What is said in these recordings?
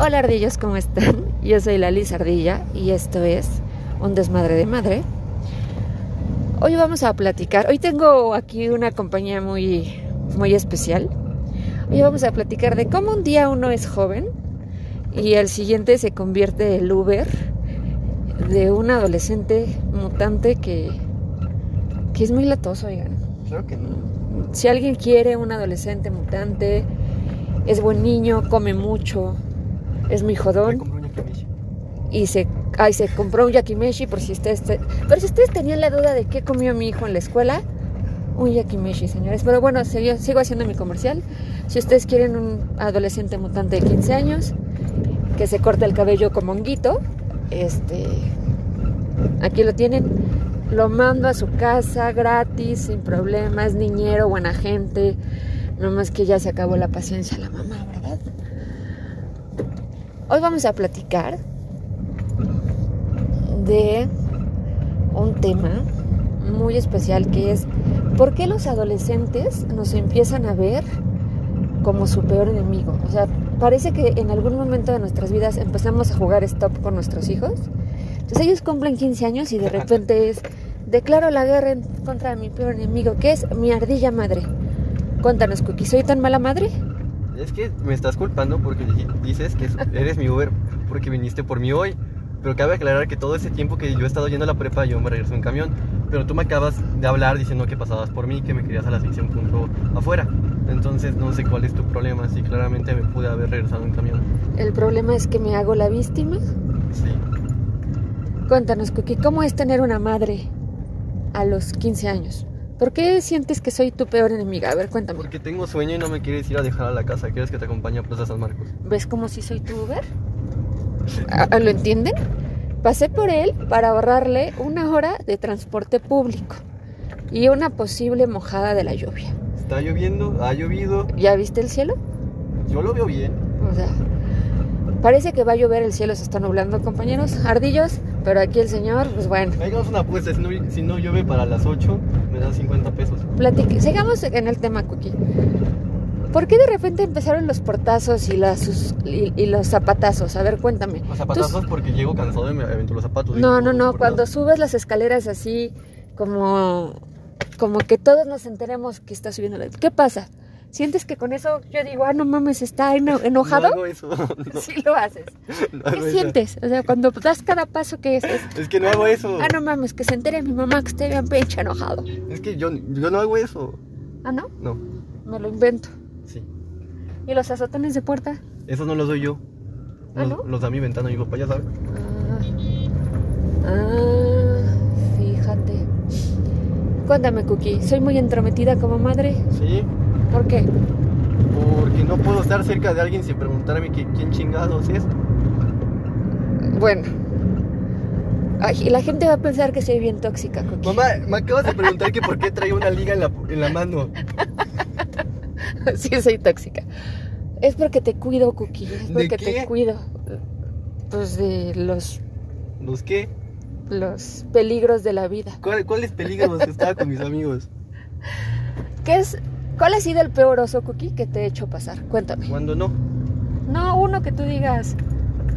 Hola ardillos, ¿cómo están? Yo soy la Liz Ardilla y esto es Un desmadre de madre. Hoy vamos a platicar, hoy tengo aquí una compañía muy, muy especial. Hoy vamos a platicar de cómo un día uno es joven y el siguiente se convierte el Uber de un adolescente mutante que, que es muy latoso, oigan. Claro que no. Si alguien quiere un adolescente mutante, es buen niño, come mucho, es muy Me jodón compré una camisa. y se, ay, se compró un yakimeshi por si ustedes... te- pero si ustedes tenían la duda de qué comió mi hijo en la escuela, un yakimeshi, señores. Pero bueno, sigo, sigo haciendo mi comercial. Si ustedes quieren un adolescente mutante de 15 años que se corta el cabello como honguito, este, aquí lo tienen. Lo mando a su casa gratis, sin problemas, niñero, buena gente. Nomás que ya se acabó la paciencia a la mamá, ¿verdad? Hoy vamos a platicar de un tema muy especial que es por qué los adolescentes nos empiezan a ver como su peor enemigo. O sea, parece que en algún momento de nuestras vidas empezamos a jugar stop con nuestros hijos. Entonces ellos cumplen 15 años y de repente es, declaro la guerra en contra de mi peor enemigo, que es mi ardilla madre. Cuéntanos, Cookie, ¿soy tan mala madre? Es que me estás culpando porque di- dices que es- eres mi Uber porque viniste por mí hoy. Pero cabe aclarar que todo ese tiempo que yo he estado yendo a la prepa, yo me regreso en camión. Pero tú me acabas de hablar diciendo que pasabas por mí, que me querías a las 6 en punto afuera. Entonces no sé cuál es tu problema, si claramente me pude haber regresado en camión. El problema es que me hago la víctima. Sí. Cuéntanos, Cookie, ¿cómo es tener una madre a los 15 años? ¿Por qué sientes que soy tu peor enemiga? A ver, cuéntame. Porque tengo sueño y no me quieres ir a dejar a la casa. ¿Quieres que te acompañe a Plaza San Marcos? ¿Ves como si soy tu Uber? Ah, ah, ¿Lo entienden? Pasé por él para ahorrarle una hora de transporte público y una posible mojada de la lluvia. Está lloviendo, ha llovido. ¿Ya viste el cielo? Yo lo veo bien. O sea, parece que va a llover, el cielo se está nublando, compañeros, ardillos, pero aquí el señor, pues bueno, Hagamos una apuesta. Si no, si no llueve para las 8, me das 50 pesos. platique. Sigamos en el tema, Cookie. ¿Por qué de repente empezaron los portazos y, las, sus- y, y los zapatazos? A ver, cuéntame. Los zapatazos porque llego cansado y me aventó los zapatos. No, Y no, no. por Cuando nada. subes las escaleras así, como, como que todos nos enteremos que está subiendo. la- ¿Qué pasa? ¿Sientes que con eso yo digo, ah, no mames, está eno- enojado? No hago eso. no, Sí lo haces. no ¿Qué hago eso. sientes? O sea, cuando das cada paso que es, es, Es que no hago eso. ah, no mames, que se entere mi mamá que estoy bien pinche enojado. Es que yo, yo no hago eso. Ah, no, No, me lo invento. sí. ¿Y los azotones de puerta? Esos no los doy yo. ¿Ah, Los- no? Los da mi ventana mi papá, ya sabe. Ah, ah, fíjate. Cuéntame, Cookie, ¿soy muy entrometida como madre? Sí, ¿Por qué? porque no puedo estar cerca de alguien sin preguntarme que- quién chingados es. Bueno. Ay, y la gente va a pensar que soy bien tóxica, Cookie. Mamá, me acabas de preguntar que por qué traía una liga en la, en la mano. sí, soy tóxica. Es porque te cuido, Cookie. Es ¿De porque te qué? cuido. Pues de los, ¿Los qué? los peligros de la vida. ¿Cuál- ¿Cuáles peligros estaba con mis amigos? ¿Qué es, ¿Cuál ha sido el peor oso, Cookie, que te he hecho pasar? Cuéntame. Cuando no. No, uno que tú digas,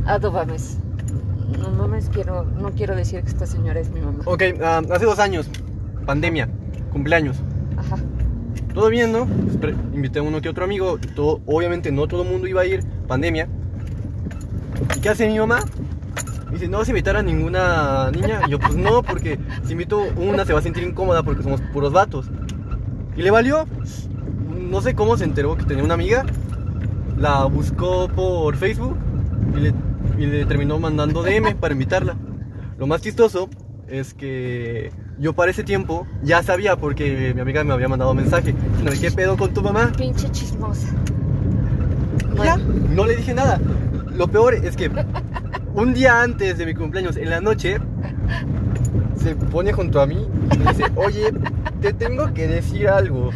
adóbames. No mames, quiero, no quiero decir que esta señora es mi mamá. Ok, ah, hace dos años, pandemia, cumpleaños. Ajá. Todo bien, ¿no? Pues, pre- invité a uno que otro amigo. Todo, obviamente no todo el mundo iba a ir. Pandemia. ¿Y qué hace mi mamá? Dice, no vas a invitar a ninguna niña. Y yo, pues no, porque si invito una se va a sentir incómoda porque somos puros vatos. Y le valió. No sé cómo se enteró que tenía una amiga. La buscó por Facebook y le, y le terminó mandando DM para invitarla. Lo más chistoso es que yo para ese tiempo ya sabía porque mi amiga me había mandado mensaje. No, ¿qué pedo con tu mamá? Pinche chismosa. Ya, Bueno, no le dije nada. Lo peor es que un día antes de mi cumpleaños, en la noche, se pone junto a mí y me dice, oye, te tengo que decir algo.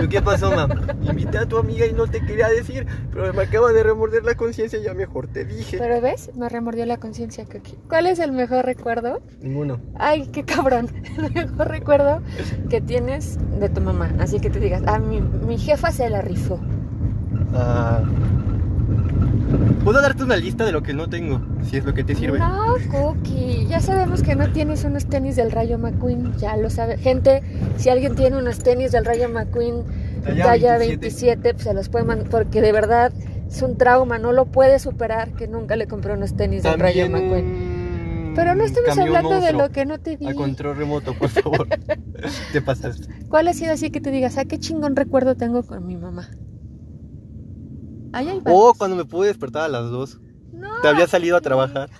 Yo, ¿qué pasó, ma? Invité a tu amiga y no te quería decir, pero me acaba de remorder la conciencia y ya mejor te dije. pero ves, me remordió la conciencia, Cookie. ¿Cuál es el mejor recuerdo? Ninguno. Ay, qué cabrón. El mejor recuerdo que tienes de tu mamá. Así que te digas, ah, mi, mi jefa se la rifó. Ah, pues Puedo darte una lista de lo que no tengo, si es lo que te sirve. No, Cookie. Ya sabemos que no tienes unos tenis del Rayo McQueen. Ya lo sabe. Gente, si alguien tiene unos tenis del Rayo McQueen Talla talla, 27. 27, pues se los puede mandar. Porque de verdad es un trauma. No lo puede superar que nunca le compró unos tenis del Rayo También McQueen. un Pero no estamos camión hablando de monstruo. lo que no te di. A control remoto, por favor. te pasaste. ¿Cuál ha sido así que te digas, ah, qué chingón recuerdo tengo con mi mamá? Ay, ay, va. O Oh, cuando me pude despertar a las 2. No. Te había salido a trabajar.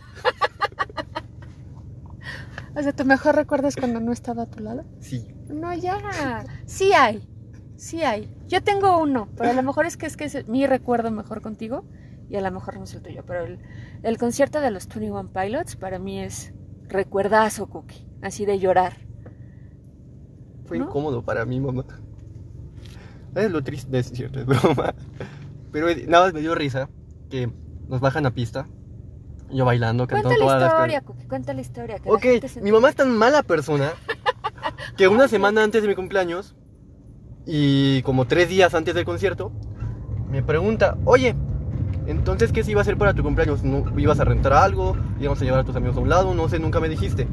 O sea, ¿tu mejor recuerdo es cuando no estaba a tu lado? Sí. No, ya. Sí hay. Sí hay. Yo tengo uno, pero a lo mejor es que es, que es mi recuerdo mejor contigo y a lo mejor no es el tuyo. Pero el, el concierto de los 21 Pilots para mí es recuerdazo, Cookie. Así de llorar. Fue ¿No? incómodo para mi mamá. Es lo triste, es cierto, es broma. Pero eh, nada más me dio risa que nos bajan a pista. Yo bailando, Cuenta la cantando todas las historia, canciones. Cookie. Cuenta la historia. que la Ok, gente se- mi mamá es tan mala persona que una semana antes de mi cumpleaños y como tres días antes del concierto me pregunta, oye, entonces ¿qué se iba a hacer para tu cumpleaños? ¿No ibas a rentar algo? ¿Ibas a llevar a tus amigos a un lado? No sé, nunca me dijiste.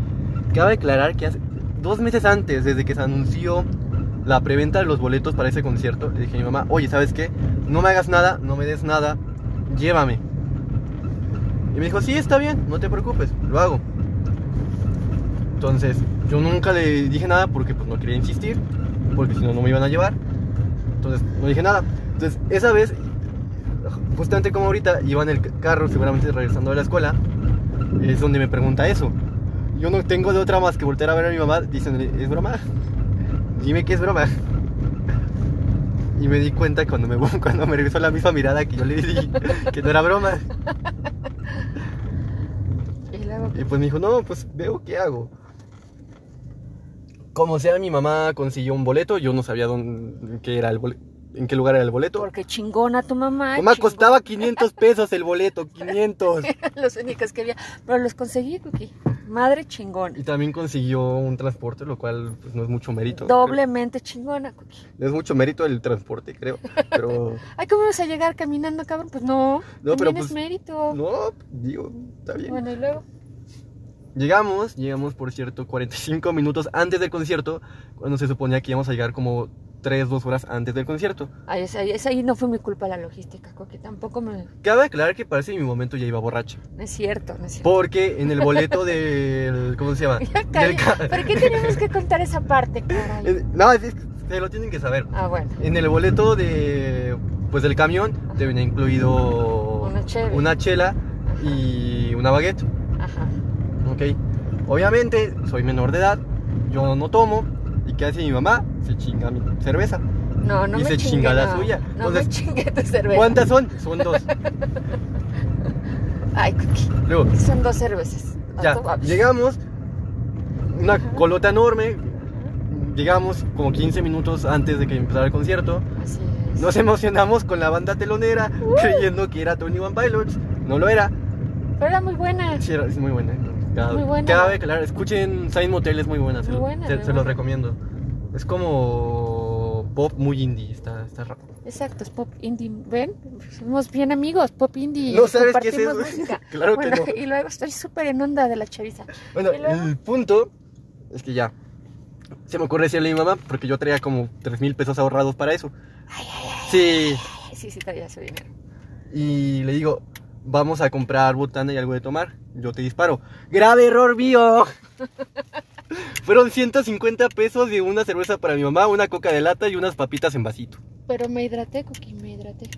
Cabe aclarar que hace dos meses antes, desde que se anunció la preventa de los boletos para ese concierto, le dije a mi mamá, oye, ¿sabes qué? No me hagas nada, no me des nada, llévame. Y me dijo, sí, está bien, no te preocupes, lo hago. Entonces, yo nunca le dije nada porque pues no quería insistir, porque si no, no me iban a llevar. Entonces, no dije nada. Entonces, esa vez, justamente como ahorita, iba en el carro, seguramente regresando de la escuela, es donde me pregunta eso. Yo no tengo de otra más que voltear a ver a mi mamá diciéndole, ¿es broma? Dime que es broma. Y me di cuenta cuando me, cuando me regresó la misma mirada que yo le di que no era broma. Y luego, Y pues me dijo, no, pues veo qué hago. Como sea, mi mamá consiguió un boleto, yo no sabía dónde, en qué era el bole- en qué lugar era el boleto. porque chingona tu mamá. Mamá, chingón. costaba 500 pesos el boleto, 500. los únicos que había. Pero los conseguí, Cookie. Madre chingona. Y también consiguió un transporte, lo cual pues, no es mucho mérito. Doblemente chingona, Cookie. No es mucho mérito el transporte, creo. Pero, Ay, ¿cómo vas a llegar caminando, cabrón? Pues no. No, No, pero pero pues- es mérito. no, digo, está bien. bueno, y luego. Llegamos, llegamos por cierto 45 minutos antes del concierto, cuando se suponía que íbamos a llegar como 3, 2 horas antes del concierto. Ay, esa, esa ahí no fue mi culpa la logística, Cookie. Tampoco me. Cabe aclarar que parece que en mi momento ya iba borracha. No es cierto, no es cierto. Porque en el boleto del. ¿Cómo se llama? Ya Del calla. ca- ¿Por qué tenemos que contar esa parte, caray? En- No, es- es- se lo tienen que saber. Ah, bueno. En el boleto de. Pues del camión te venía incluido. Una cheve. una chela Ajá. y una baguette. Ajá. Ok. Obviamente, soy menor de edad, yo no tomo. ¿Y qué hace mi mamá? Se chinga mi cerveza. No, no Y me se chingué, chinga la no. suya. No Entonces, me chingué tu cerveza. ¿Cuántas son? Son dos. Ay, Cookie. Luego, Son dos cervezas. ya, Auto- llegamos. Una Ah, Ajá. colota enorme. Llegamos como 15 minutos antes de que empezara el concierto. Así es. Nos emocionamos con la banda telonera, Uh. creyendo que era Tony One Pilots. No lo era. Pero era muy buena. Sí, era- es muy buena. Cada, Muy buena. Cabe aclarar, escuchen Sign Motel, es muy buena. se, Muy lo- buena, se- muy se los buena. recomiendo. Es como pop muy indie, está, está raro. Exacto, es pop indie. ¿Ven? Somos bien amigos, pop indie. No sabes qué es compartimos eso. música. Claro que Bueno, no. Y luego estoy súper en onda de la chaviza. Bueno, ¿Y luego? el punto es que ya. Se me ocurre decirle a mi mamá, porque yo traía como 3 mil pesos ahorrados para eso. Sí. Ay, Sí, sí, traía su dinero. Y le digo, vamos a comprar botana y algo de tomar. Yo te disparo. Grave error mío. Fueron 150 pesos de una cerveza para mi mamá, una coca de lata y unas papitas en vasito. Pero me hidraté, Cookie, me hidraté.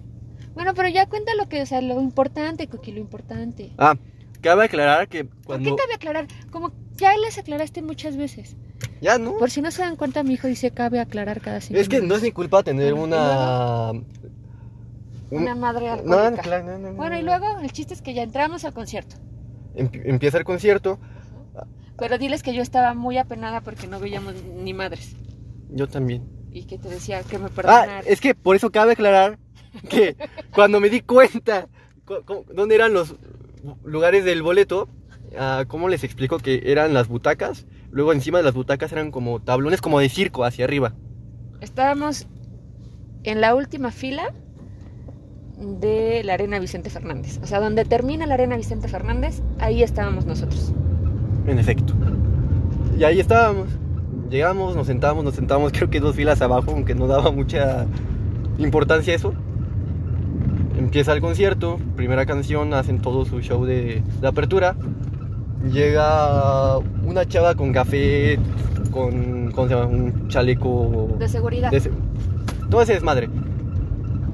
Bueno, pero ya cuenta lo que, o sea, lo importante, Cookie, lo importante. Ah, cabe aclarar que ¿Por cuando... qué cabe aclarar? Como ya les aclaraste muchas veces. Ya, ¿no? Por si no se dan cuenta, mi hijo dice cabe aclarar cada cinco Es que no es mi minutos. culpa tener Bueno, una... Una madre No, alcohólica. no, claro, no, no, no, Bueno, y no. luego el chiste es que ya entramos al concierto. Empi- Empieza el concierto. Pero diles que yo estaba muy apenada porque no veíamos ni madres. Yo también. Y que te decía que me Ah, perdonaras. es que por eso cabe aclarar que cuando me di cuenta cu- cu- dónde eran los lugares del boleto, ah, ¿cómo les explico que eran las butacas? Luego encima de las butacas eran como tablones como de circo hacia arriba. Estábamos en la última fila de la Arena Vicente Fernández. O sea, donde termina la Arena Vicente Fernández, ahí estábamos nosotros. En efecto. Y ahí estábamos. Llegamos, nos sentamos, nos sentamos, creo que dos filas abajo, aunque no daba mucha importancia eso. Empieza el concierto, primera canción, hacen todo su show de, de apertura. Llega una chava con café, con, ¿cómo se llama? Un chaleco... De seguridad. de ese- todo ese desmadre.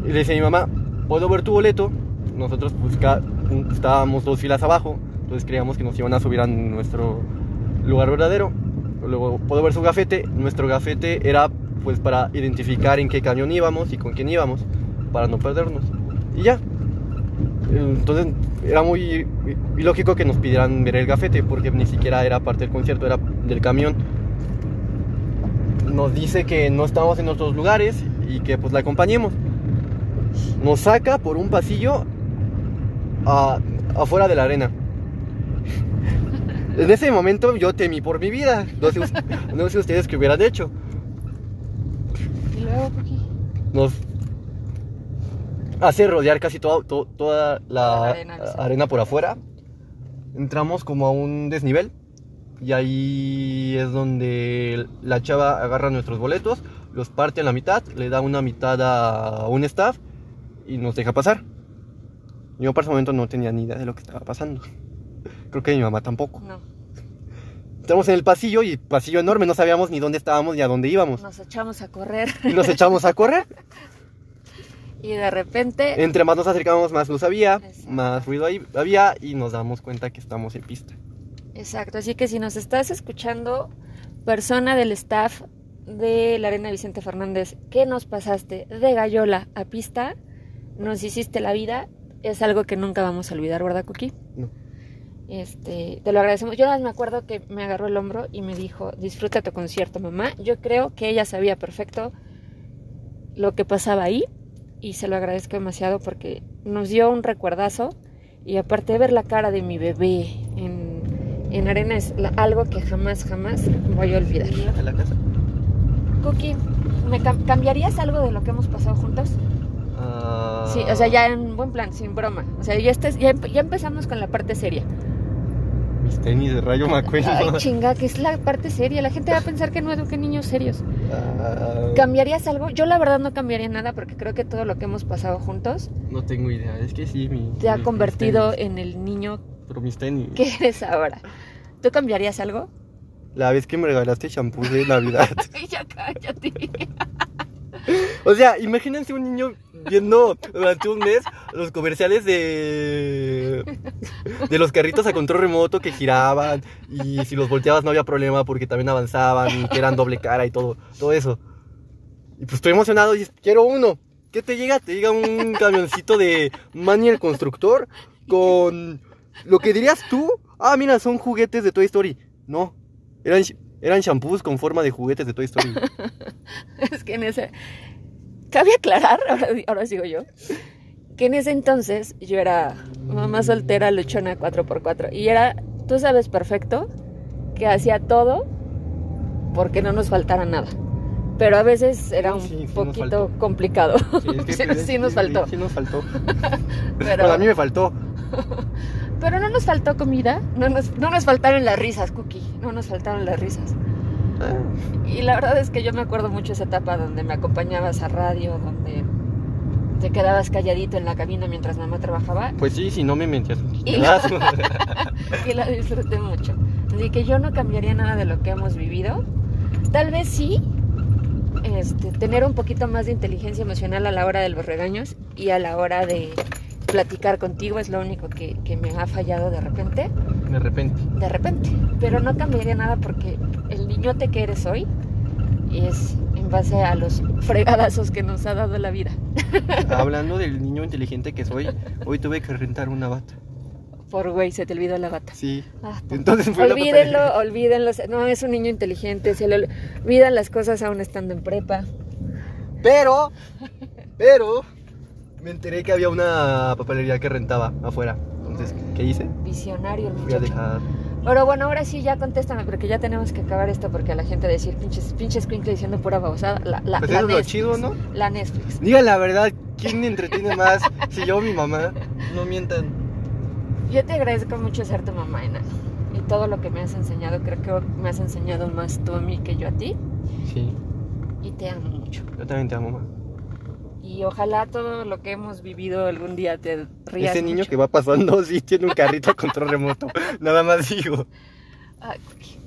Y le dice a mi mamá, ¿puedo ver tu boleto? Nosotros pues, ca- un- estábamos dos filas abajo, entonces creíamos que nos iban a subir a nuestro lugar verdadero. Luego, ¿puedo ver su gafete? Nuestro gafete era pues para identificar en qué camión íbamos y con quién íbamos, para no perdernos. Y ya. Entonces era muy ilógico que nos pidieran ver el gafete, porque ni siquiera era parte del concierto, era del camión nos dice que no estamos en nuestros lugares y que pues la acompañemos. Nos saca por un pasillo a- afuera de la arena. En ese momento yo temí por mi vida. No sé, us- no sé ustedes qué hubieran hecho. Y luego, ¿por qué? Nos hace rodear casi toda, to- toda la, La arena, sí. arena por afuera. Entramos como a un desnivel. Y ahí es donde la chava agarra nuestros boletos, los parte en la mitad, le da una mitad a un staff y nos deja pasar. Yo para ese momento no tenía ni idea de lo que estaba pasando. Creo que mi mamá tampoco. No, Estamos en el pasillo y pasillo enorme, no sabíamos ni dónde estábamos ni a dónde íbamos. nos echamos a correr Y nos echamos a correr. y de repente Entre más nos acercábamos, más luz había, Exacto. más ruido ahí había y nos damos cuenta que estamos en pista. Exacto, así que si nos estás escuchando, persona del staff de la Arena Vicente Fernández, que nos pasaste de gallola a pista, nos hiciste la vida, es algo que nunca vamos a olvidar, ¿verdad, Coqui? No. Este, te lo agradecemos. Yo nada más me acuerdo que me agarró el hombro y me dijo, disfruta tu concierto, mamá. Yo creo que ella sabía perfecto lo que pasaba ahí y se lo agradezco demasiado porque nos dio un recuerdazo y aparte ver la cara de mi bebé en, en arena es la- algo que jamás, jamás voy a olvidar. A la casa. Cookie, ¿me cam- cambiarías algo de lo que hemos pasado juntos? Sí, o sea, ya en buen plan, sin broma. O sea, ya, estés- ya, empe- ya empezamos con la parte seria. Ah, Mis tenis de rayo McQueen. Ay, chinga, que es la parte seria. La gente va a pensar que no eduquen niños serios. Ah, ¿Cambiarías algo? Yo la verdad no cambiaría nada porque creo que todo lo que hemos pasado juntos no tengo idea, es que sí, mi. te ha mis- convertido mis tenis. en el niño Pero mis tenis. que eres ahora. ¿Tú cambiarías algo? La vez que me regalaste champú de Navidad. Ay, ya cállate. o sea, imagínense un niño viendo durante un mes los comerciales de. de los carritos a control remoto que giraban y si los volteabas no había problema porque también avanzaban y que eran doble cara y todo, todo eso. Y pues estoy emocionado y dices, quiero uno. ¿Qué te llega? Te llega un camioncito de Manny el constructor con lo que dirías tú. Ah, mira, son juguetes de Toy Story. No, eran, eran shampoos con forma de juguetes de Toy Story. Es que en ese. Cabe aclarar, ahora, ahora sigo yo, que en ese entonces yo era mamá soltera, luchona 4x4. Y era, tú sabes perfecto, que hacía todo porque no nos faltara nada. Pero a veces era un Sí, sí nos poquito faltó. complicado. Sí, sí nos faltó. Sí, nos faltó. Pero, Bueno, a mí me faltó. pero no nos faltó comida, no nos, no nos faltaron las risas, Cookie, no nos faltaron las risas. Ah, Y la verdad es que yo me acuerdo mucho esa etapa donde me acompañabas a radio, donde te quedabas calladito en la cabina mientras mamá trabajaba Pues sí, si no me mentías. Ah, Y- y la disfruté mucho. Así que yo no cambiaría nada de lo que hemos vivido. Tal vez sí este, tener un poquito más de inteligencia emocional a la hora de los regaños y a la hora de platicar contigo es lo único que, que me ha fallado de repente, De repente. de repente. Pero no cambiaría nada porque el niñote que eres hoy es en base a los fregadazos que nos ha dado la vida. Hablando del niño inteligente que soy, hoy tuve que rentar una bata. Por güey, se te olvidó la bata. Sí. Ah, Entonces fue la bata de- olvídenlo, olvídenlo. No, es un niño inteligente. Se le olvidan las cosas aún estando en prepa. Pero, pero, me enteré que había una papelería que rentaba afuera. Entonces, ¿qué hice? Visionario el Fui muchacho. a dejar. Pero bueno, ahora sí, ya contéstame, porque ya tenemos que acabar esto. Porque a la gente decir pinches, pinches escuincle diciendo pura babosada. La, la, Pues la eso es lo Netflix, chido, ¿no? La Netflix. Diga la verdad, ¿Quién entretiene más? Si yo o mi mamá. No mientan. Yo te agradezco mucho ser tu mamá, Enano. Y todo lo que me has enseñado, creo que me has enseñado más tú a mí que yo a ti. Sí, Y te amo mucho. yo también te amo, mamá. Y ojalá todo lo que hemos vivido algún día te rías. Ese niño mucho. que va pasando sí tiene un carrito a control remoto. Nada más digo. Ay, Cookie.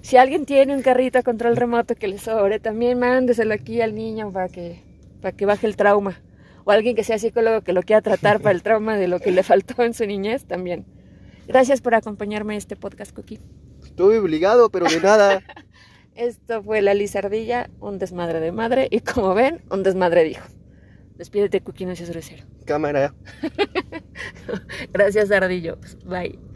si alguien tiene un carrito a control remoto que le sobre, también mándeselo aquí al niño para que, para que baje el trauma. O alguien que sea psicólogo que lo quiera tratar para el trauma de lo que le faltó en su niñez también. Gracias por acompañarme en este podcast, Cookie. Estuve obligado, pero de nada. Esto fue La Lizardilla, un desmadre de madre. Y como ven, un desmadre dijo. Despídete, Cookie, no seas grosero. Cámara. Gracias, Ardillo. Bye.